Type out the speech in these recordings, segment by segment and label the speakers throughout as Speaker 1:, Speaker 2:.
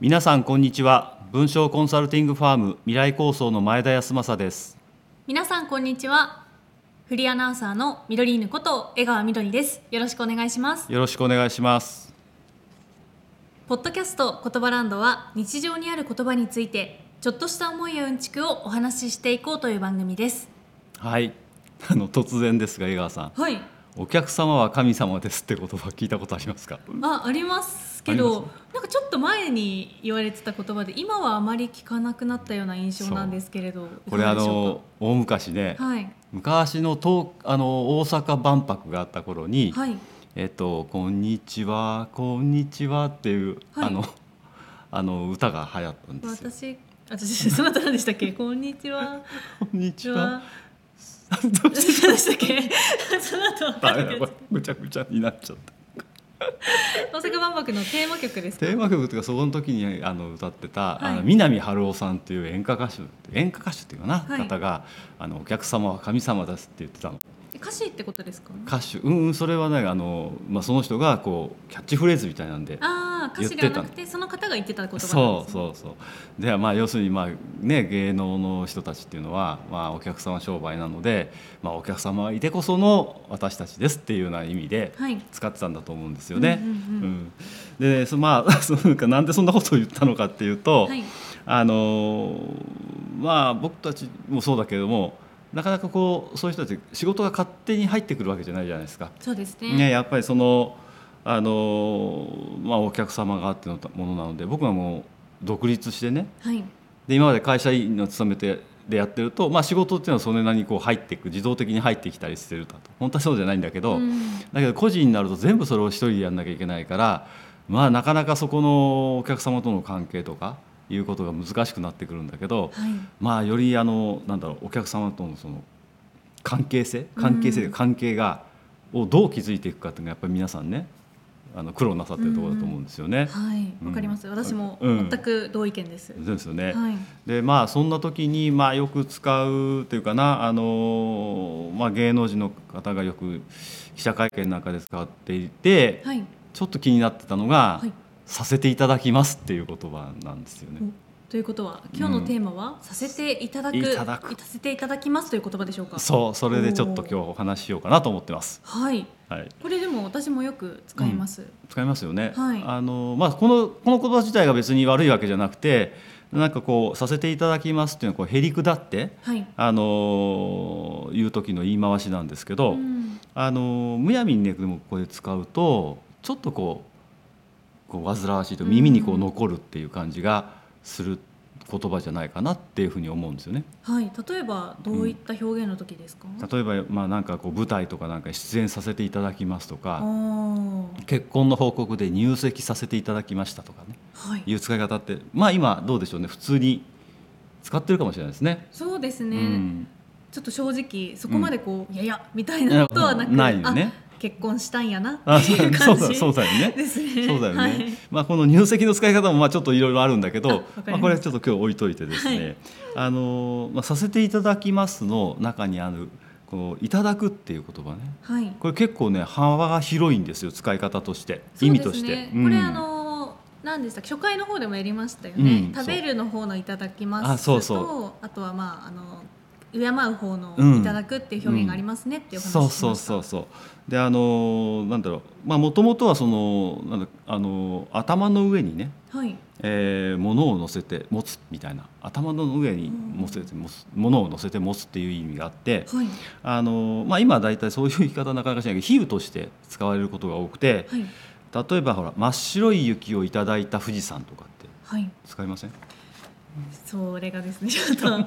Speaker 1: 皆さんこんにちは文章コンサルティングファーム未来構想の前田康政です
Speaker 2: 皆さんこんにちはフリーアナウンサーのミドリーヌこと江川みどりですよろしくお願いします
Speaker 1: よろしくお願いします
Speaker 2: ポッドキャスト言葉ランドは日常にある言葉についてちょっとした思いやうんちくをお話ししていこうという番組です
Speaker 1: はいあの突然ですが江川さん
Speaker 2: はい
Speaker 1: お客様は神様ですって言葉聞いたことありますか
Speaker 2: あありますけ
Speaker 1: あり
Speaker 2: ど
Speaker 1: ま
Speaker 2: なんかちょっと前に言われてた言葉で今はあまり聞かなくなったような印象なんですけれど
Speaker 1: これ
Speaker 2: いか
Speaker 1: あ
Speaker 2: がでしょ
Speaker 1: の大昔ね
Speaker 2: うかはい
Speaker 1: 昔の東あの大阪万博があった頃に、
Speaker 2: はい
Speaker 1: えっと「こんにちはこんにちは」っていう、
Speaker 2: はい
Speaker 1: あのあの歌が流行ったんですよ。
Speaker 2: 私私 その後何でしたっけこんにちは
Speaker 1: こんに
Speaker 2: こ
Speaker 1: ち
Speaker 2: んにち
Speaker 1: は
Speaker 2: は
Speaker 1: どうし
Speaker 2: 何でしたっけ その後
Speaker 1: たらいいのこれぐちゃぐちゃになっちゃった。
Speaker 2: 大阪万博のテーマ曲ですか
Speaker 1: テーマ曲というかそこの時にあの歌ってた、あ
Speaker 2: は
Speaker 1: の
Speaker 2: い
Speaker 1: 南春夫さんっていう演歌歌手演歌歌手っていうかな、
Speaker 2: はい
Speaker 1: 方があの「お客様は神様です」って言ってたの
Speaker 2: 歌詞ってことですか
Speaker 1: 歌手うんうんそれはねあの、まあ、その人がこうキャッチフレーズみたいなんで
Speaker 2: ああ歌詞ではなくてその方が言ってた言葉なんです、ね、
Speaker 1: そうそうそうでまあ要するにまあね芸能の人たちっていうのは、まあ、お客様商売なので、まあ、お客様いてこその私たちですっていうような意味で
Speaker 2: はい
Speaker 1: 使ってたんだと思うんですよね。
Speaker 2: うんうんうん
Speaker 1: うんでそまあ そのなんかなんでそんなことを言ったのかっていうと、
Speaker 2: はい
Speaker 1: あのーまあ僕たちもそうだけれどもなかなかこうそういう人たち仕事が勝手に入ってくるわけじゃないじゃないですか。
Speaker 2: そうですね
Speaker 1: ね、やっぱりその、あのーまあ、お客様があってのものなので僕はもう独立してね
Speaker 2: はい
Speaker 1: で今まで会社員を務めてでやってると、まあ、仕事っていうのはそれなりにこう入っていく自動的に入ってきたりしてると本当はそうじゃないんだけど、
Speaker 2: うん
Speaker 1: だけど個人になると全部それを一人でやんなきゃいけないから、まあ、なかなかそこのお客様との関係とかいうことが難しくなってくるんだけど、
Speaker 2: はい
Speaker 1: まあ、よりあのなんだろうお客様とのその関係性関係性、
Speaker 2: うん
Speaker 1: 関係がをどう築いていくかっていうのがやっぱり皆さんねあの苦労なさってるところだと思うんですよね。
Speaker 2: はいわかります、
Speaker 1: うん
Speaker 2: 私も
Speaker 1: うん
Speaker 2: 全く同意見です、
Speaker 1: そうですよね、
Speaker 2: はい
Speaker 1: でまあそんな時に、まあ、よく使うというかな、あのまあ、芸能人の方がよく記者会見なんかで使っていて、
Speaker 2: はい
Speaker 1: ちょっと気になってたのが、
Speaker 2: はい
Speaker 1: させていただきますっていう言葉なんですよね。
Speaker 2: おということは今日のテーマは、させていただく
Speaker 1: いただく
Speaker 2: させていただきますという言葉でしょうか
Speaker 1: そう、それでちょっと今日お話ししようかなと思ってます。
Speaker 2: はい
Speaker 1: はい、
Speaker 2: これでも私もよく使います、
Speaker 1: 使いますよね。
Speaker 2: はい
Speaker 1: あのまあこのこの言葉自体が別に悪いわけじゃなくて、なんかこうさせていただきますっていうのはこうへりくだって
Speaker 2: はい、
Speaker 1: あの言う時の言い回しなんですけど、
Speaker 2: うん
Speaker 1: あのむやみにねでもこれ使うとちょっとこうこう煩わしいと
Speaker 2: うん
Speaker 1: 耳にこう残るっていう感じがする言葉じゃないかなっていうふうに思うんですよね。
Speaker 2: はい例えばどういった表現の時ですか、
Speaker 1: 例えばまあなんかこう舞台とかなんか出演させていただきますと
Speaker 2: あ
Speaker 1: か
Speaker 2: ー
Speaker 1: 結婚の報告で入籍させていただきましたとかね
Speaker 2: はい
Speaker 1: いう使い方ってまあ今どうでしょうね普通に使ってるかもしれないですね。
Speaker 2: そうですね、
Speaker 1: うん
Speaker 2: ちょっと正直そこまでこう、いやいやみたいなことはなく
Speaker 1: ないよね。
Speaker 2: あ結婚したんやな
Speaker 1: あ
Speaker 2: っていう
Speaker 1: そ
Speaker 2: 感
Speaker 1: うだ
Speaker 2: じ
Speaker 1: そうだよね。
Speaker 2: ですね。
Speaker 1: そうだよね、
Speaker 2: はい
Speaker 1: まあ、この入籍の使い方もまあちょっといろいろあるんだけ
Speaker 2: あ
Speaker 1: ど
Speaker 2: わかりました
Speaker 1: まあ、これはちょっと今日置いといてですね、
Speaker 2: は
Speaker 1: あのまあ、させていただきますの中にあるこういただくっていう言葉ね
Speaker 2: はい。
Speaker 1: これ結構ね幅が広いんですよ使い方として、
Speaker 2: そう
Speaker 1: 意味
Speaker 2: で
Speaker 1: とし
Speaker 2: す
Speaker 1: て
Speaker 2: ね。。
Speaker 1: うん
Speaker 2: これあの何でしたっけ初回の方でもやりましたよね
Speaker 1: う。ん
Speaker 2: 食べるの方のいただきますと
Speaker 1: あそうそ
Speaker 2: あとはまああの敬う方
Speaker 1: うん
Speaker 2: のいただくっていう表現がありますねっていう話
Speaker 1: そうそうそうそうであのなんだろうまあもともとはそのなんだあの頭の上にね
Speaker 2: う。はい。
Speaker 1: えー、物を乗せて持つみたいな頭の上に乗せて持つ物を乗せて持つっていう意味があって、
Speaker 2: はい。
Speaker 1: あのまあ、今は大体そういう言い方なかなかしないけど比喩として使われることが多くて
Speaker 2: はい。
Speaker 1: 例えばほら真っ白い雪をいただいた富士山とかって
Speaker 2: はい。
Speaker 1: 使いません
Speaker 2: それがですね、ち ょっと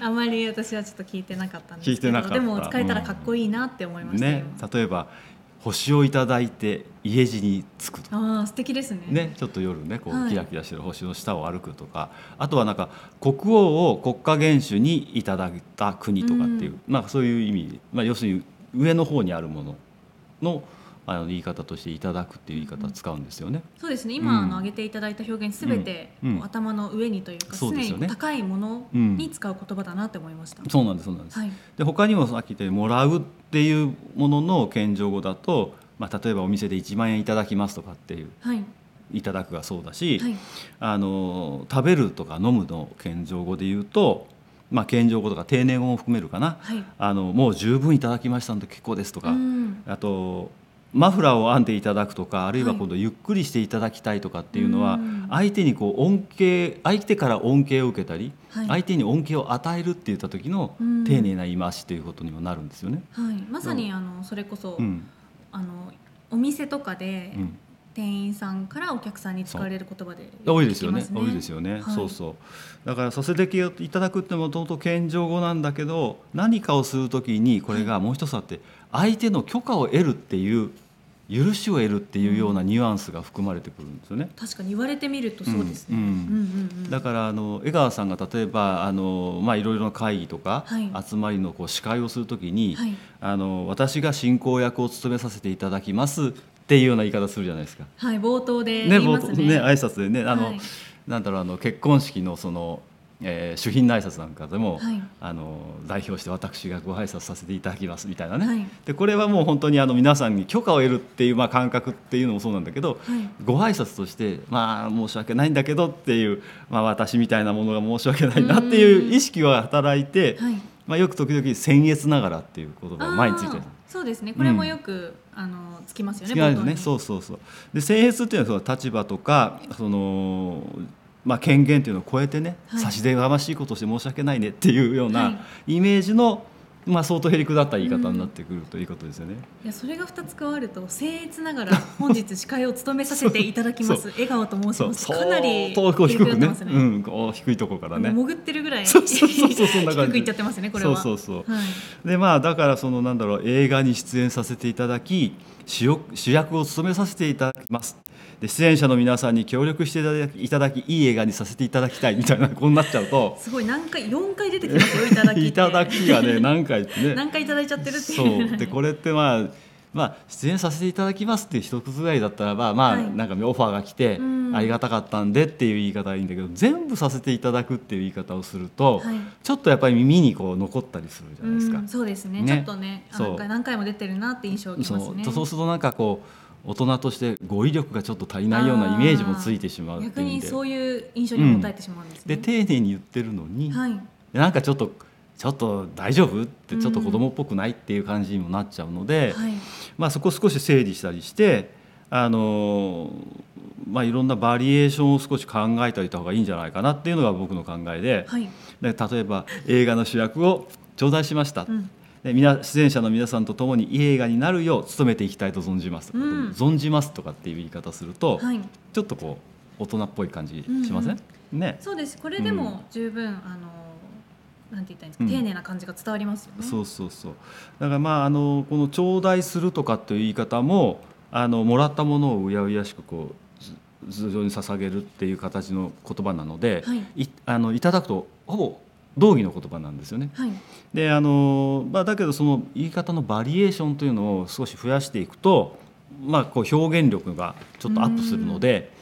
Speaker 2: あまり私はちょっと聞いてなかったんですけど、
Speaker 1: 聞いてなかった
Speaker 2: でも使えたらかっこいいなって思いました。
Speaker 1: ね
Speaker 2: 今
Speaker 1: 例えば星をいただいて家路に着くとか
Speaker 2: ああ素敵ですね。
Speaker 1: ね、ちょっと夜ねこ
Speaker 2: は
Speaker 1: う
Speaker 2: い
Speaker 1: キラキラしてる星の下を歩くとか、あとはなんか国王を国家元首にいただいた国とかっていう、
Speaker 2: うん
Speaker 1: まあ、そういう意味、まあ、要するに上の方にあるもののあの言い方として「いただく」っていう言い方を使うんですよね。
Speaker 2: そうですね今、
Speaker 1: うん
Speaker 2: あの挙げていただいた表現すべて、
Speaker 1: うんうん
Speaker 2: こう頭の上にというか
Speaker 1: そうです
Speaker 2: 常
Speaker 1: よね
Speaker 2: に高いものに使う言葉だなって思いました、
Speaker 1: そうなんですそうなんです
Speaker 2: はい
Speaker 1: で他にもさっき言ったようにもらうっていうものの謙譲語だと、まあ、例えばお店で1万円いただきますとかっていう
Speaker 2: はい
Speaker 1: いただくがそうだし、
Speaker 2: はい
Speaker 1: あの食べるとか飲むの謙譲語で言うと、まあ、謙譲語とか丁寧語も含めるかな、
Speaker 2: はい
Speaker 1: あのもう十分いただきましたので結構ですとか、
Speaker 2: うん
Speaker 1: あとマフラーを編んでいただくとかあるいは
Speaker 2: はい
Speaker 1: 今度ゆっくりしていただきたいとかっていうのは、
Speaker 2: うん
Speaker 1: 相手にこう恩恵相手から恩恵を受けたり、
Speaker 2: はい
Speaker 1: 相手に恩恵を与えるって言った時の
Speaker 2: うん
Speaker 1: 丁寧な言い回しということにもなるんですよね。
Speaker 2: はい、まさにあのそれこそ、
Speaker 1: うん
Speaker 2: あのお店とかで、
Speaker 1: うん
Speaker 2: 店員さんからお客さんに使われる言葉で
Speaker 1: 多いですよね
Speaker 2: 聞きま
Speaker 1: 多いですよね、
Speaker 2: はい
Speaker 1: そうそうだからさせていただくってもともと謙譲語なんだけど何かをするときにこれがもう一つあって相手の許可を得るっていう許しを得るっていうようなニュアンスが含まれてくるんですよね。
Speaker 2: 確かに言われてみるとそうですね。
Speaker 1: うんうん
Speaker 2: うんうん
Speaker 1: だからあの江川さんが例えばあの、まあ、いろいろな会議とか、
Speaker 2: はい
Speaker 1: 集まりのこう司会をするときに、
Speaker 2: はい
Speaker 1: あの私が進行役を務めさせていただきますっていうような言い方するじゃないですか。
Speaker 2: はい、冒頭で
Speaker 1: ね
Speaker 2: 言い
Speaker 1: 冒
Speaker 2: ま
Speaker 1: 頭
Speaker 2: す
Speaker 1: ね
Speaker 2: ね。
Speaker 1: 挨拶でねあの、
Speaker 2: はい
Speaker 1: なんだろうあの結婚式のその、えー主賓の挨拶なんかでも、
Speaker 2: はい
Speaker 1: あの代表して私がご挨拶させていただきますみたいなね、
Speaker 2: はい
Speaker 1: でこれはもう本当にあの皆さんに許可を得るっていう、まあ、感覚っていうのもそうなんだけど、
Speaker 2: はい
Speaker 1: ご挨拶としてまあ申し訳ないんだけどっていう、まあ、私みたいなものが申し訳ないなっていう意識は働いて、
Speaker 2: はい
Speaker 1: まあ、よく時々「僭越ながら」っていう言葉を前についてる
Speaker 2: あーそうですね。これもよく、あのつきますよね。
Speaker 1: 違うんですね。
Speaker 2: 冒頭に
Speaker 1: そうそうそう。で性別っていうのはその立場とかそのまあ権限っていうのを超えてね、
Speaker 2: はい
Speaker 1: 差し出がましいことをして申し訳ないねっていうよう
Speaker 2: は
Speaker 1: なイメージの、まあ相当へりくだった言い方になってくるということですよね。
Speaker 2: いやそれが二つ加わると僭越ながら本日司会を務めさせていただき ま
Speaker 1: そ
Speaker 2: す。笑顔と申し
Speaker 1: そう
Speaker 2: ます。かなり
Speaker 1: 相当こう低
Speaker 2: な
Speaker 1: く
Speaker 2: って
Speaker 1: ね、
Speaker 2: ますね。
Speaker 1: うん、こう低いところからね。
Speaker 2: 潜ってるぐらい
Speaker 1: そうそうそうそうそんな感じ
Speaker 2: 低くいっちゃってますね。これは。
Speaker 1: そうそうそう
Speaker 2: はい。
Speaker 1: でまあだからそのなんだろう映画に出演させていただき主役主役を務めさせていただきますで出演者の皆さんに協力していただきいただきいい映画にさせていただきたいみたいなこうなっちゃうと
Speaker 2: すごい何回四回出てきますよ。いただきって。
Speaker 1: いただきが ね何回ってね
Speaker 2: 何回いただいちゃってるって
Speaker 1: そ
Speaker 2: いう。
Speaker 1: うでこれってまあまあ、出演させていただきますっていう一つぐらいだったらば、まあ
Speaker 2: はい
Speaker 1: なんかオファーが来て
Speaker 2: うん
Speaker 1: ありがたかったんでっていう言い方はいいんだけど全部させていただくっていう言い方をすると、
Speaker 2: はい
Speaker 1: ちょっとやっぱり耳にこう残ったりするじゃないですか。
Speaker 2: うん、そうですね
Speaker 1: ね
Speaker 2: ちょっとねあ
Speaker 1: そう
Speaker 2: なんか何回も出てるなって印象を受け
Speaker 1: そ
Speaker 2: ます
Speaker 1: う
Speaker 2: ね
Speaker 1: とそうするとなんかこう大人として語彙力がちょっと足りないようなイメージもついてしまうって
Speaker 2: 逆
Speaker 1: いう意味
Speaker 2: に
Speaker 1: で
Speaker 2: そういう印象にも応えてしまうんですね、
Speaker 1: で丁寧に言ってるのに、
Speaker 2: はい
Speaker 1: なんかちょっとちょっと大丈夫ってちょっと子供っぽくないっていう感じにもなっちゃうので、
Speaker 2: はい
Speaker 1: まあ、そこを少し整理したりして、あのまあ、いろんなバリエーションを少し考えておいた方がいいんじゃないかなっていうのが僕の考えで,、
Speaker 2: はい
Speaker 1: で例えば映画の主役を頂戴しました。
Speaker 2: うん
Speaker 1: で皆出演者の皆さんと共にいい映画になるよう努めていきたいと存じます、
Speaker 2: うん
Speaker 1: 存じますとかっていう言い方すると、
Speaker 2: はい
Speaker 1: ちょっとこう大人っぽい感じしません、ね
Speaker 2: そうですこれでも十分、あのなんて言ったらいいんですか、
Speaker 1: うん
Speaker 2: 丁寧な感じが伝わりますよね
Speaker 1: そうそうそうだからまああのこの「頂戴する」とかっていう言い方もあのもらったものをうやうやしくこうず頭上に捧げるっていう形の言葉なので、、
Speaker 2: はい
Speaker 1: あのいただくとほぼ同義の言葉なんですよね。
Speaker 2: はい
Speaker 1: であの、まあ、だけどその言い方のバリエーションというのを少し増やしていくと、まあ、こう表現力がちょっとアップするので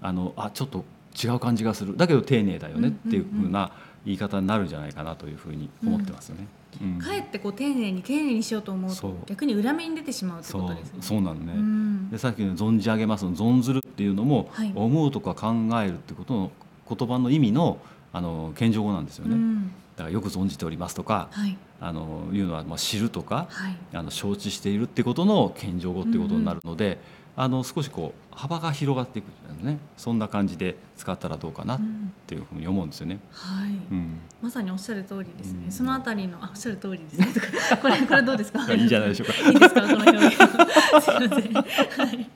Speaker 1: あのあちょっと違う感じがするだけど丁寧だよねっていう
Speaker 2: うんうんうん
Speaker 1: ふうな言い方になるんじゃないかなというふうに思ってますよね。うん
Speaker 2: かえってこう丁寧に丁寧にしようと思う
Speaker 1: そう
Speaker 2: と逆に裏目に出てしまうってこ
Speaker 1: そ
Speaker 2: と
Speaker 1: う
Speaker 2: ですね
Speaker 1: そうなのね、
Speaker 2: うん
Speaker 1: でさっきの「存じ上げます」の「存ずる」っていうのも、
Speaker 2: はい
Speaker 1: 思うとか考えるってことの言葉の意味のあの謙譲語なんですよね、
Speaker 2: う
Speaker 1: だ
Speaker 2: ん
Speaker 1: からよく存じておりますとか、
Speaker 2: はい
Speaker 1: あのいうのは、まあ、知るとか、
Speaker 2: はい
Speaker 1: あの承知しているってことの謙譲語ってことになるので、あの少しこう幅が広がっていくんだよねそんな感じで使ったらどうかなっ
Speaker 2: うん
Speaker 1: ていうふうに思うんですよね。
Speaker 2: はい、
Speaker 1: うん、
Speaker 2: まさにおっしゃる通りですね、
Speaker 1: うん
Speaker 2: そのあたりのあおっしゃる通りですねとかこれこれどうですか
Speaker 1: いいんじゃないでしょうか。
Speaker 2: いいですかこの表現すいません、はい、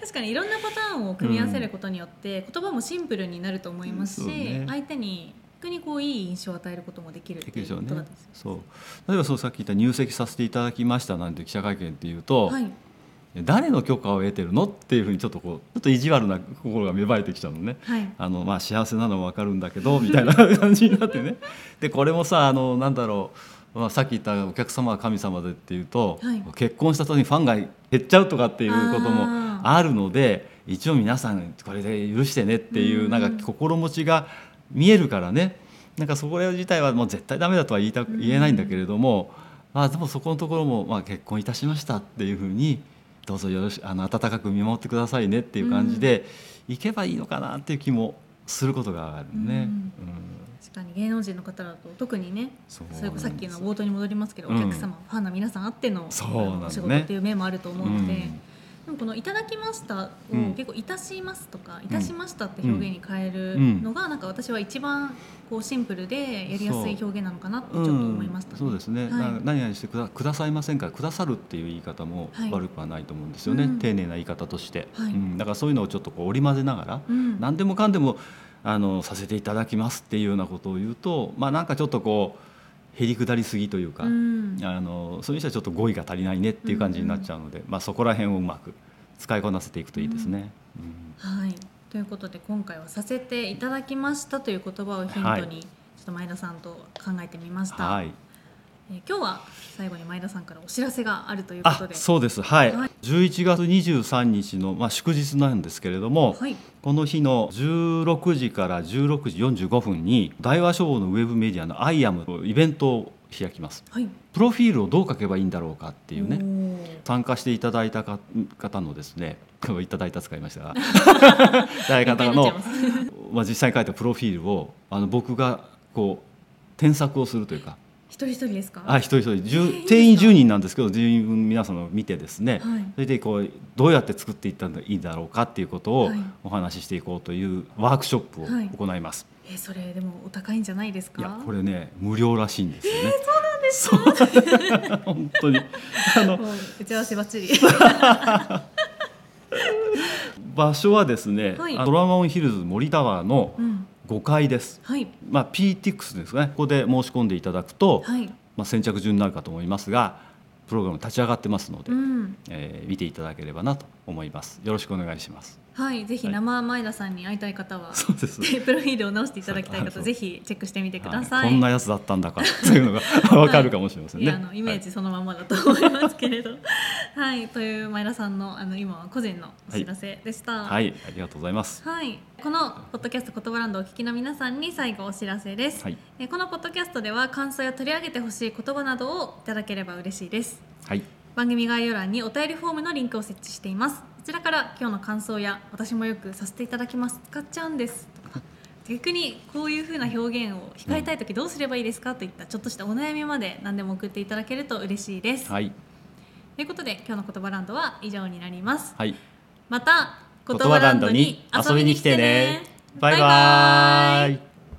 Speaker 2: 確かにいろんなパターンを組み合わせることによって、言葉もシンプルになると思いますし、
Speaker 1: そうね
Speaker 2: 相手に逆にこういい印象を与えることもできるっていう ことなんですよ
Speaker 1: そう例えばそうさっき言った入籍させていただきましたなんて記者会見っていうと、
Speaker 2: はい
Speaker 1: 誰の許可を得てるのっていうふうにちょっとこうちょっと意地悪な心が芽生えてきちゃうのね。
Speaker 2: はい
Speaker 1: あのまあ、幸せなのは分かるんだけどみたいな感じになってねでこれもさあのなんだろう、まあ、さっき言った「お客様は神様で」っていうと、
Speaker 2: はい
Speaker 1: 結婚した時にファンが減っちゃうとかっていうことも
Speaker 2: あ
Speaker 1: あるので一応皆さんこれで許してねっていううんなんか心持ちが見えるからねなんかそこ自体はもう絶対ダメだとは言いたく言えないんだけれども、まあ、でもそこのところも、まあ、結婚いたしましたっていうふうにどうぞよろしあの温かく見守ってくださいねっていう感じで、行けばいいのかなっていう気もすることがあるね。
Speaker 2: う確かに芸能人の方だと特にね
Speaker 1: そ
Speaker 2: それこそさっきの
Speaker 1: ボ
Speaker 2: 冒頭に戻りますけど、
Speaker 1: うん
Speaker 2: お客様ファンの皆さんあっての
Speaker 1: そうなんだね
Speaker 2: あのお仕事っていう面もあると思うので、
Speaker 1: うん
Speaker 2: でもこの「いただきました」を
Speaker 1: うん
Speaker 2: 結構「いたします」とか「いたしました」って表現に変えるのが、なんか私は一番こうシンプルでやりやすい表現なのかなってちょっと思いました、ね
Speaker 1: そうですね、
Speaker 2: はい
Speaker 1: な何々してくだくださいませんからくださるっていう言い方も
Speaker 2: はい
Speaker 1: 悪くはないと思うんですよね、
Speaker 2: うん
Speaker 1: 丁寧な言い方として、
Speaker 2: はい
Speaker 1: うん、だからそういうのをちょっとこう織り交ぜながら、
Speaker 2: うん、
Speaker 1: 何でもかんでもあのさせていただきますっていうようなことを言うと、まあ、なんかちょっとこうへりくだりすぎというか、
Speaker 2: うん
Speaker 1: あのそういう人はちょっと語彙が足りないねっていう感じになっちゃうので、まあ、そこら辺をうまく使いこなせていくといいですね。うん
Speaker 2: はい、ということで今回は「させていただきました」という言葉をヒントに、
Speaker 1: はい
Speaker 2: ちょっと前田さんと考えてみました、
Speaker 1: はい、
Speaker 2: えー今日は最後に前田さんからお知らせがあるというこ
Speaker 1: あ
Speaker 2: とで
Speaker 1: そうです、はい
Speaker 2: はい
Speaker 1: 11月23日の、まあ、祝日なんですけれども、
Speaker 2: はい
Speaker 1: この日の16時から16時45分に大和書房のウェブメディアの「アイアムのイベントを開きます。
Speaker 2: はいっ
Speaker 1: プロフィールをどう書けばいいんだろうかって
Speaker 2: て
Speaker 1: いうね、参加していただいたか方のですね いただいた使いました が誰か方の、まあ、実際に書いたプロフィールをあの僕がこう添削をするというか
Speaker 2: 一人一人ですか。
Speaker 1: あ一人一人
Speaker 2: いいんで
Speaker 1: 10
Speaker 2: すか
Speaker 1: 定員10人なんですけど全員分皆さんの見てですね、
Speaker 2: はい
Speaker 1: それでこうどうやって作っていったらいいんだろうかっていうことを
Speaker 2: はい
Speaker 1: お話ししていこうというワークショップを
Speaker 2: はい
Speaker 1: 行います。
Speaker 2: えーそれでもお高いんじゃないですか。
Speaker 1: い、やこれね無料らしいんですよね。
Speaker 2: そうなんです
Speaker 1: 本当にあの
Speaker 2: か。もう打ち合わせばっちり。
Speaker 1: 場所はですね、
Speaker 2: はい
Speaker 1: あのドラマオンヒルズ森タワーの
Speaker 2: うん、
Speaker 1: 5階です。
Speaker 2: はい
Speaker 1: まあ、PTX ですねここで申し込んでいただくと、
Speaker 2: はい。
Speaker 1: まあ、先着順になるかと思いますがプログラム立ち上がってますので、
Speaker 2: うん。
Speaker 1: えー見ていただければなと思いますよろしくお願いし ます
Speaker 2: はい、ぜひ生前田さんに会いたい方は、
Speaker 1: そうです
Speaker 2: でプロフィールを直していただきたい
Speaker 1: そうあそ
Speaker 2: 方、
Speaker 1: う
Speaker 2: ぜひチェックしてみてくだ
Speaker 1: は
Speaker 2: さ
Speaker 1: い
Speaker 2: い。
Speaker 1: こんなやつだったんだか というのがわかるかもしれません
Speaker 2: い
Speaker 1: ね、
Speaker 2: やあのイメージそのままだと思いますけれど、はい、という前田さんのあの今は個人のお知らせでした。
Speaker 1: はい、はいありがとうございます
Speaker 2: はい、このポッドキャスト言葉ランドをお聞きの皆さんに最後お知らせです、
Speaker 1: はい
Speaker 2: えーこのポッドキャストでは感想や取り上げてほしい言葉などをいただければ嬉しいです
Speaker 1: はい
Speaker 2: 番組概要欄にお便りフォームのリンクを設置していますこちらから今日の感想や私もよくさせていただきます使っちゃうん ですとか逆にこういう風な表現を控えたい時どうすればいいですかといったちょっとしたお悩みまで何でも送っていただけると嬉しいです、
Speaker 1: はい
Speaker 2: ということで今日の言葉ランドは以上になります
Speaker 1: はい
Speaker 2: また
Speaker 1: 言葉ランドに遊びに来てねバイバーイ